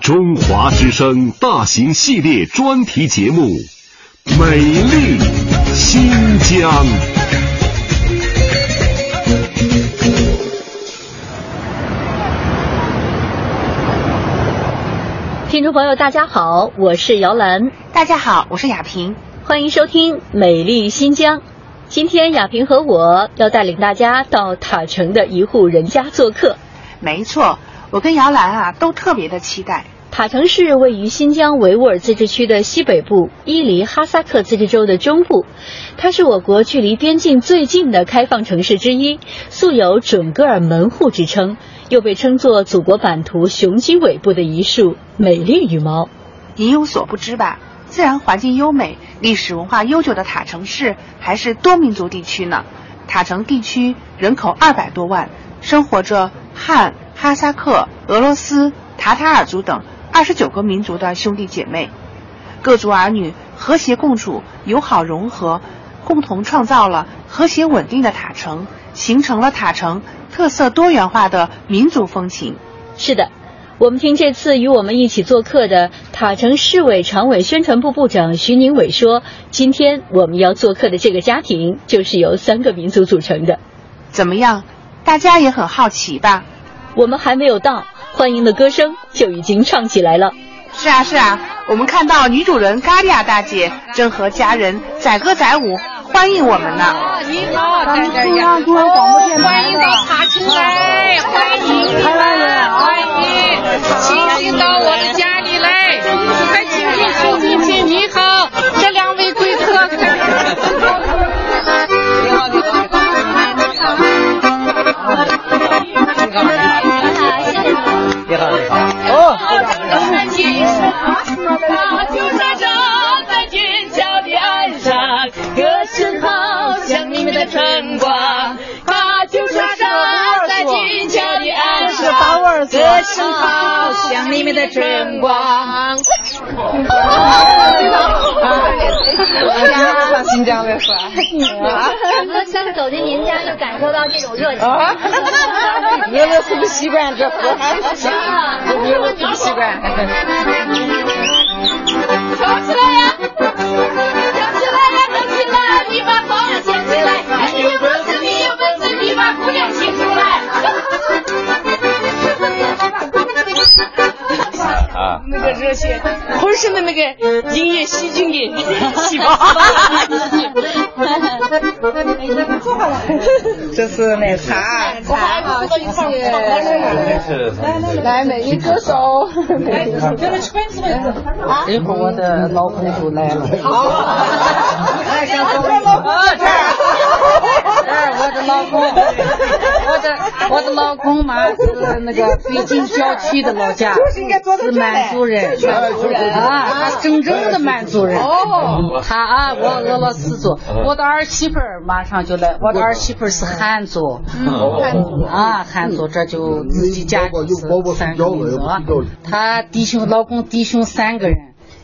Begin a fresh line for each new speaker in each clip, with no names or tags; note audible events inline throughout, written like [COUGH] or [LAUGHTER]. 中华之声大型系列专题节目《美丽新疆》。
听众朋友，大家好，我是姚兰，
大家好，我是雅萍。
欢迎收听《美丽新疆》。今天雅萍和我要带领大家到塔城的一户人家做客。
没错，我跟姚兰啊都特别的期待。
塔城市位于新疆维吾尔自治区的西北部，伊犁哈萨克自治州的中部。它是我国距离边境最近的开放城市之一，素有“准格尔门户”之称，又被称作祖国版图雄鸡尾部的一束美丽羽毛。
你有所不知吧，自然环境优美、历史文化悠久的塔城市还是多民族地区呢。塔城地区人口二百多万，生活着汉、哈萨克、俄罗斯、塔塔尔族等二十九个民族的兄弟姐妹，各族儿女和谐共处、友好融合，共同创造了和谐稳定的塔城，形成了塔城特色多元化的民族风情。
是的，我们听这次与我们一起做客的塔城市委常委宣传部部长徐宁伟说，今天我们要做客的这个家庭就是由三个民族组成的。
怎么样？大家也很好奇吧？
我们还没有到，欢迎的歌声就已经唱起来了。
是啊，是啊，我们看到女主人嘎利亚大姐正和家人载歌载舞欢迎我们呢。
你好，大家呀！欢迎到塔城来，欢迎你们，欢迎，请请到我的家里来，快请请请请请，你好，这两位贵客。你好，你好，你好。
你好，你好。哦，
山金，啊就在这在军校的岸上，歌声好像你们的晨光。
啊
它就在这在军校的岸上，歌声好像你们的晨光。
新疆卫视。
我们像走进您家，就感受到这种热情。
你们是不习惯这活？你们是不习惯？
跳起来呀！跳起来呀！跳起来！你把高人牵起来，你有本事，你有本事，你把姑娘请出来。
啊，
那个热血，浑身的那个营业细菌给细胞。
[LAUGHS]
这是奶茶。
我还不知道一块
我
儿
们是
来，每一歌手，每一首。一会儿我的老公就来了。好。哎，这老公这儿，哎，我的老公， [LAUGHS] 我的我的老公嘛是那个北京郊区的老家，是满族人，啊，他真正的满族人。哦。他啊，我俄罗斯族，我的儿媳妇儿马上就来，我的儿媳妇儿是汉族。啊，汉族这就自己家就是三个民族啊，他弟兄老公弟兄三个人，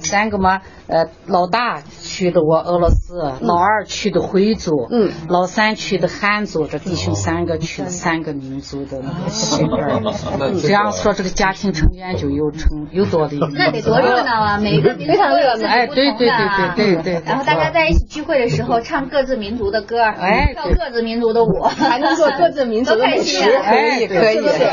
三个嘛，呃，老大去的我俄罗斯，老二去的回族，嗯，老三去的汉族，这弟兄三个去了三个民族的那个媳妇儿，嗯这样说这个家庭成员就有成有多的一个，
那得多热闹啊！每个民族
非常热闹
哎，
哎，对对对对对对，
然后大家在一起聚会的时候，唱各自民族的歌，
哎
跳
对
各自民族的舞，
还能做各自民族
[LAUGHS]
的
都开
美
心
食，
啊
哎可以
对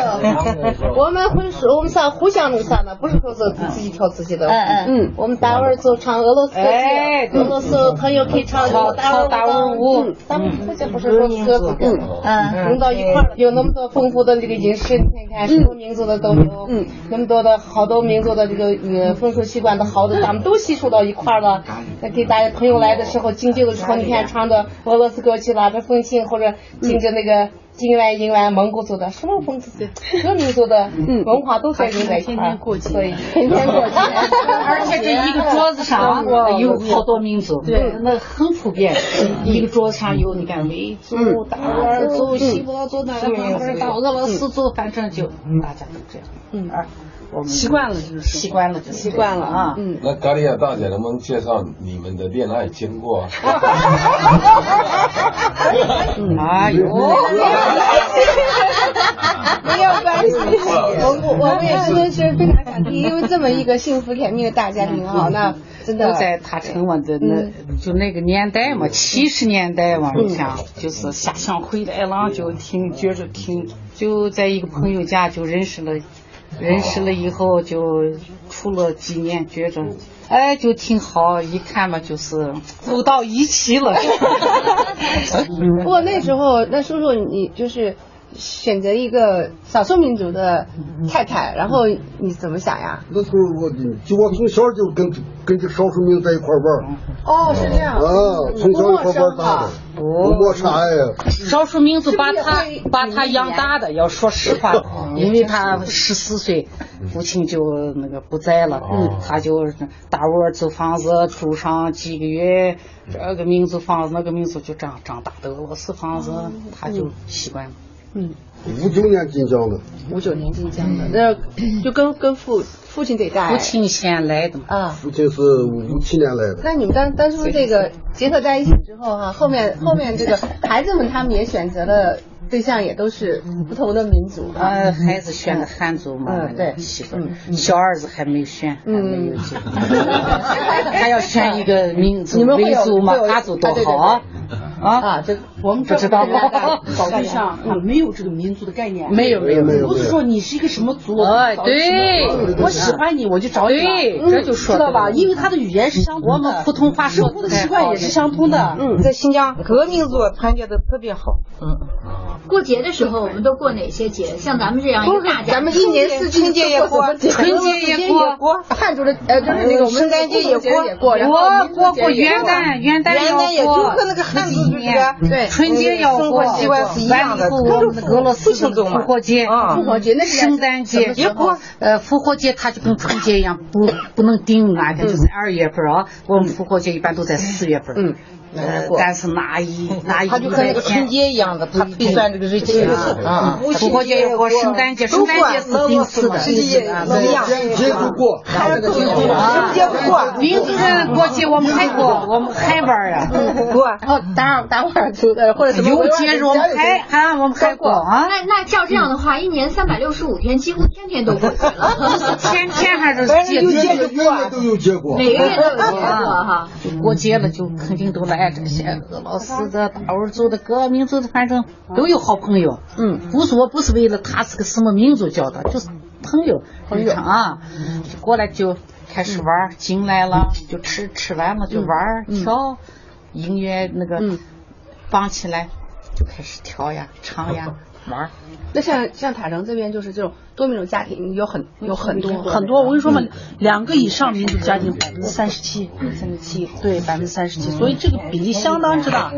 我们会说我们上互相能上的，不是说是自己跳自己的。
嗯嗯
嗯，我们单位就唱俄罗斯，
哎
俄罗斯朋友可以唱
跳
单
跳大
位
文舞
嗯，咱们互相不是说各自的。
嗯，
弄到一块儿了，有那么多丰富的这个饮食，你看看什么民族的都有，嗯，那么多的好多民族的这个呃风俗习惯的好的，咱们都吸收到一块儿了。那给大家朋友来的时候，敬酒的时候，你看唱着俄罗斯歌曲，拉着风琴或者敬着那个。金兰、银兰、蒙古族的，什么风族的，各民族的文化都在融在一嗯块儿，天天过节，所以天天过 [LAUGHS] 节，
[LAUGHS] 而且这一个桌子上有好多民族，对，嗯那很普遍。一个桌子上有你看维族、达斡尔族、西伯族、那个方边到俄罗斯族，反正就大家都这样。嗯，啊，我们习惯了，习惯了，习惯了啊。嗯，
那咖喱亚大姐能不能介绍你们的恋爱经过啊？
嗯哎呦，
没有关系，我我我们也是是非常感激，因为这么一个幸福甜蜜的大家庭哈，那真的嗯
都在塔城嘛，的那就那个年代嘛，七十年代嘛，你想就是下乡回来了，就听觉着听，就在一个朋友家就认识了，认识了以后就处了几年，觉着哎就挺好，一看嘛就是走到一起了。 [LAUGHS]
不过那时候，那叔叔你就是选择一个少数民族的太太，然后你怎么想呀？
那时候我就我从小就跟跟这少数民族在一块玩儿，
哦，是
嗯
这样
啊，从小一块玩儿大的，不陌生呀。
少数民族把他把他养大的，要说实话，
嗯
因为他十四岁，父亲就那个不在了，
哦
他就大窝租房子住上几个月，这个民族房子那个民族就长长大的俄罗斯房子，
哦
他就习惯
嗯
了。
五九年进江的，
五九年进江的，那就跟跟父父亲这一代
父亲先来的嘛，
啊。
父亲是五七年来的。
那你们当当初这个结合在一起之后哈、后面后面这个孩子们他们也选择了对象也都是不同的民族啊，
呃，孩子选的汉族嘛，
嗯
那
对
个媳妇儿，
嗯
小儿子还没选，还没有
[LAUGHS]
结婚，
嗯
还要选一个民族
你，们会
维
有
族嘛
会，有
哈族
啊
多
对对
好啊！啊，
啊，这
我们
不知道
吗？
[LAUGHS] 吗？
早就上啊，没有这个民族的概念，
没有没有，
没有
不是说你是一个什么族，我
哎
早就知道
对
我喜欢你，我就找你了，
对
嗯
这就说
知道吧？
对了
因为他的语言是相通的，
我们普通话
生
说
活的习惯也是相通的，嗯，
在新疆各民族团结的特别好。
过节的时候，我们都过哪些节？像咱们这样一个大家，
咱们一年四季
春节也过，
过什么节
春
节也
节
过
过，
汉族的
哎
呃就是那个我
嗯
们
圣诞节也
过，也过，然后
我
民
过
族节
过
也
元旦，元旦
原来也
要
就
过
和，那个汉族这个
对
春节要
生
过，
活习惯是一样的，
完了以后我
都
们的
是
俄罗斯
父亲
的
种嘛
复活节，
啊
复活节那是
圣诞节
什么时候，
呃，复活节它就跟春节一样，不不能定啊，它就是二月份啊。我们复活节一般都在四月份，
嗯，
呃，但是哪一哪一
它就和那个春节一样的，它计算这个日期啊。
啊，复活节也过，圣诞节，圣
都
诞
过
节是定死的，
春节也一样。
接接触过，
春节不过，啊
民族的过节我们还过，我们还玩儿啊哦呀。
过，然后达尔达瓦尔族
呃
的或者什么维
有
吾尔族
节日我们还还我们还过哎啊。
那那照这样的话，一年三百六十五天，几乎天天都过节了，
天天还是
哎有
节
个月月都有结果。
每个月都有节过哈。
就过节了，就肯定都来这些俄罗斯的、达尔族的、各民族的，反正都有好朋友。嗯，不是我不是为了他是个什么民族交的，就是朋友。朋友啊，就过来就开始玩儿，进来了就吃，吃完了就玩儿跳，音乐那个放起来就开始跳呀、唱呀、玩儿。
那像像塔城这边就是这种多民族家庭有很有很多
很多。我跟你说嘛，两个以上民族家庭百分之三十七，嗯三十七，嗯对，百分之三十七，所以这个比例相当之大。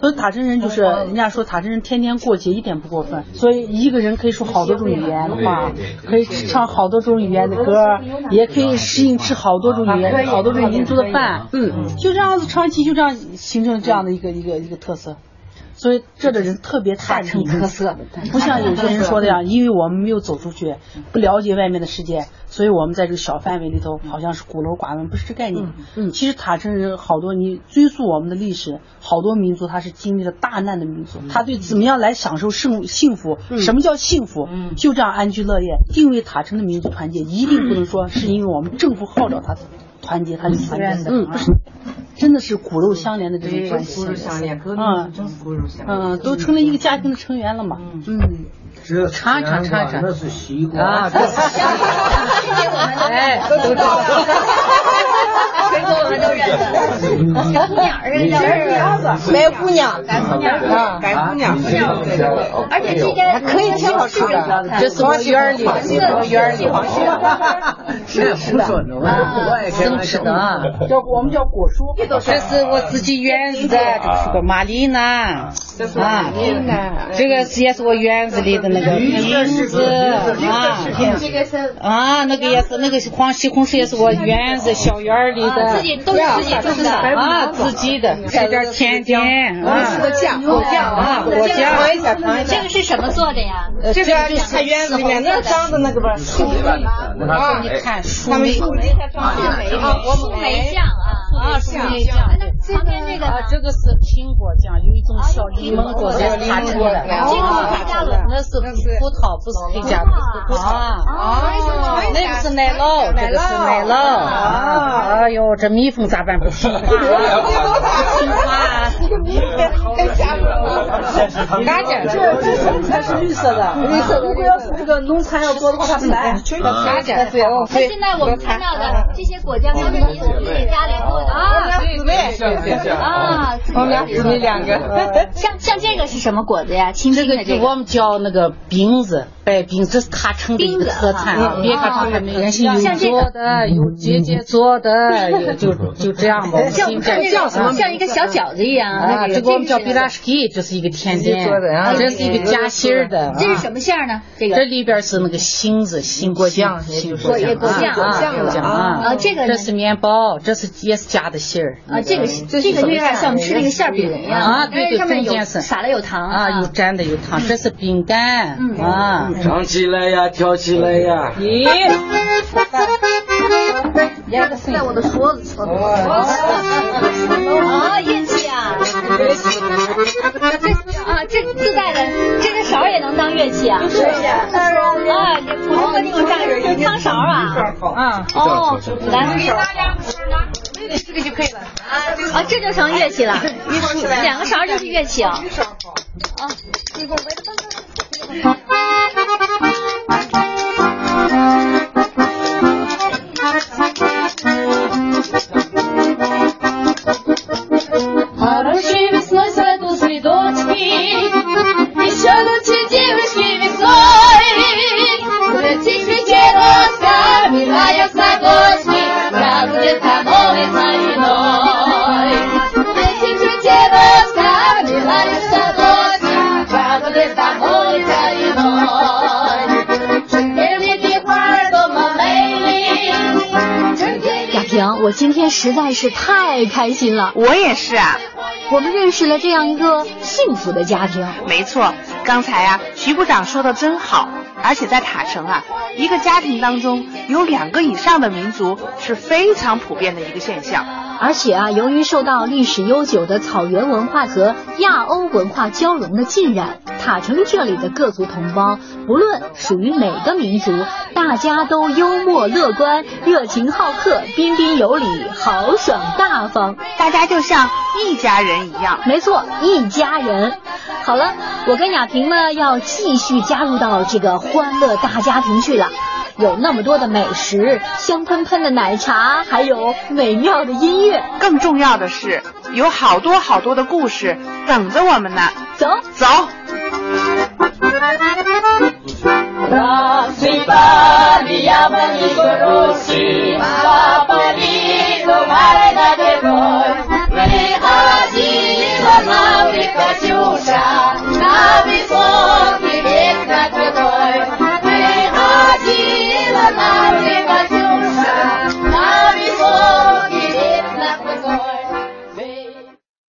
所以塔城人就是，人家说塔城人天天过节一点不过分，所以一个人可以说好多种语言的话，可以唱好多种语言的歌，也可以适应吃好多种语言、好多种民族的饭，嗯，就这样子长期就这样形成这样的一个一个一个特色。所以这的人特别大成特色，不像有些人说的呀，因为我们没有走出去，不了解外面的世界，所以我们在这个小范围里头好像是孤陋寡闻，不是这概念。嗯，其实塔城人好多，你追溯我们的历史，好多民族他是经历了大难的民族，他对怎么样来享受幸幸福，什么叫幸福？就这样安居乐业。定位塔城的民族团结，一定不能说是因为我们政府号召他团结，他就团结的，嗯，不是，真的是骨肉相连的这种关系。嗯，嗯，都成了一个家庭的成员了嘛。嗯，
这
尝一尝尝一尝
那是习惯 [LAUGHS]
啊，这是
啊
哎，都知道。
姑娘儿人家
买姑娘，
啊，
赶姑娘，
哦啊
而且这些
可以挺好吃的。
这是我院儿里，我院儿里，
这胡说呢，我我也开玩笑
啊。
叫我们叫果蔬，
这是我自己院子的，这个是个玛丽娜，啊，这个是也是我院子里的那个瓶子啊，
这个是
啊，那个也是那个是黄西红柿也是我院子小院儿里
自
的
己都是自己种的。
啊，自己的，吃点甜点啊，
酱，
果酱啊，果酱，
一下，尝一
这个是什么做的呀？
呃
这个就是他院子里面那长的那个吧，
我看
看
他
树
哎
们
莓
树莓，他长的莓啊，我
树莓酱啊，
啊，
是那酱。
今天这个呢？
啊这个是苹果酱，有一种小哦柠檬果酱擦出来。
这个我加了，
那是葡萄，不是黑加，不是葡萄。
啊，
那个是奶酪，这个是奶酪。啊，哎呦，这蜜蜂咋办？不听话，不听话。
这蜜蜂在家
里，干净。
这这什么才是绿色的？
绿色。如果要是这个农残要做的话，它不来。
干净。对
那现在我们看到的这些果酱都是你自己家里做的啊？
姊妹啊，
我们
俩姊妹两个。
像像这个是什么果子呀？青青
这
的
个
这
就
个。
我们叫那个饼子，白饼，这是他城的一个特产啊。别看他们人家有做的，有姐姐做的，有就就这样吧。
像
这叫什么？
像一个小饺子一样
啊，这个我们叫比拉什基，这是一个甜点，这是一个夹心儿的。
这是什么馅儿呢？这个
这里边是那个杏子、杏果酱、
果
杏
也果酱
果酱
啊，这个呢
这是面包，这是也是夹的馅儿
啊，这个是这个就有点像我们吃那个馅儿饼一样
啊，对
但是
对，
上面有
中间是
撒了有糖
啊，有粘的有糖，这是饼干哎啊。
唱起来呀，跳起来呀！
咦，
在我的桌子上。
哦，运气啊！这啊，这自带的这个勺也能当乐器啊？
是呀
啊，这普通的那种炸是汤勺啊。
啊
哦，来
给
手
大家这个就可以了。
啊，这就成乐器了。两个勺就是乐器啊。
Хорошей весной сойдут цветочки, и сядут все девушки весной. Цветик цветет роса, милая в садочке, Радуется новой новиной. Цветик цветет роса, милая в садочке, Радуется новой новиной. Теперь мне тихо дома Мэйли,
亚萍，我今天实在是太开心了。
我也是啊。
我们认识了这样一个幸福的家庭。
没错，刚才啊，徐部长说的真好。而且在塔城啊，一个家庭当中有两个以上的民族是非常普遍的一个现象。
而且啊，由于受到历史悠久的草原文化和亚欧文化交融的浸染，塔城这里的各族同胞，不论属于哪个民族，大家都幽默乐观、热情好客、彬彬有礼、豪爽大方，
大家就像一家人一样。
没错，一家人。好了，我跟雅萍呢要继续加入到这个欢乐大家庭去了。有那么多的美食，香喷喷的奶茶，还有美妙的音乐。
更重要的是，有好多好多的故事等着我们呢。
走
走。
Рассыпали
嗯啊
яблони груши, Попали, думали на берег.
嗯
um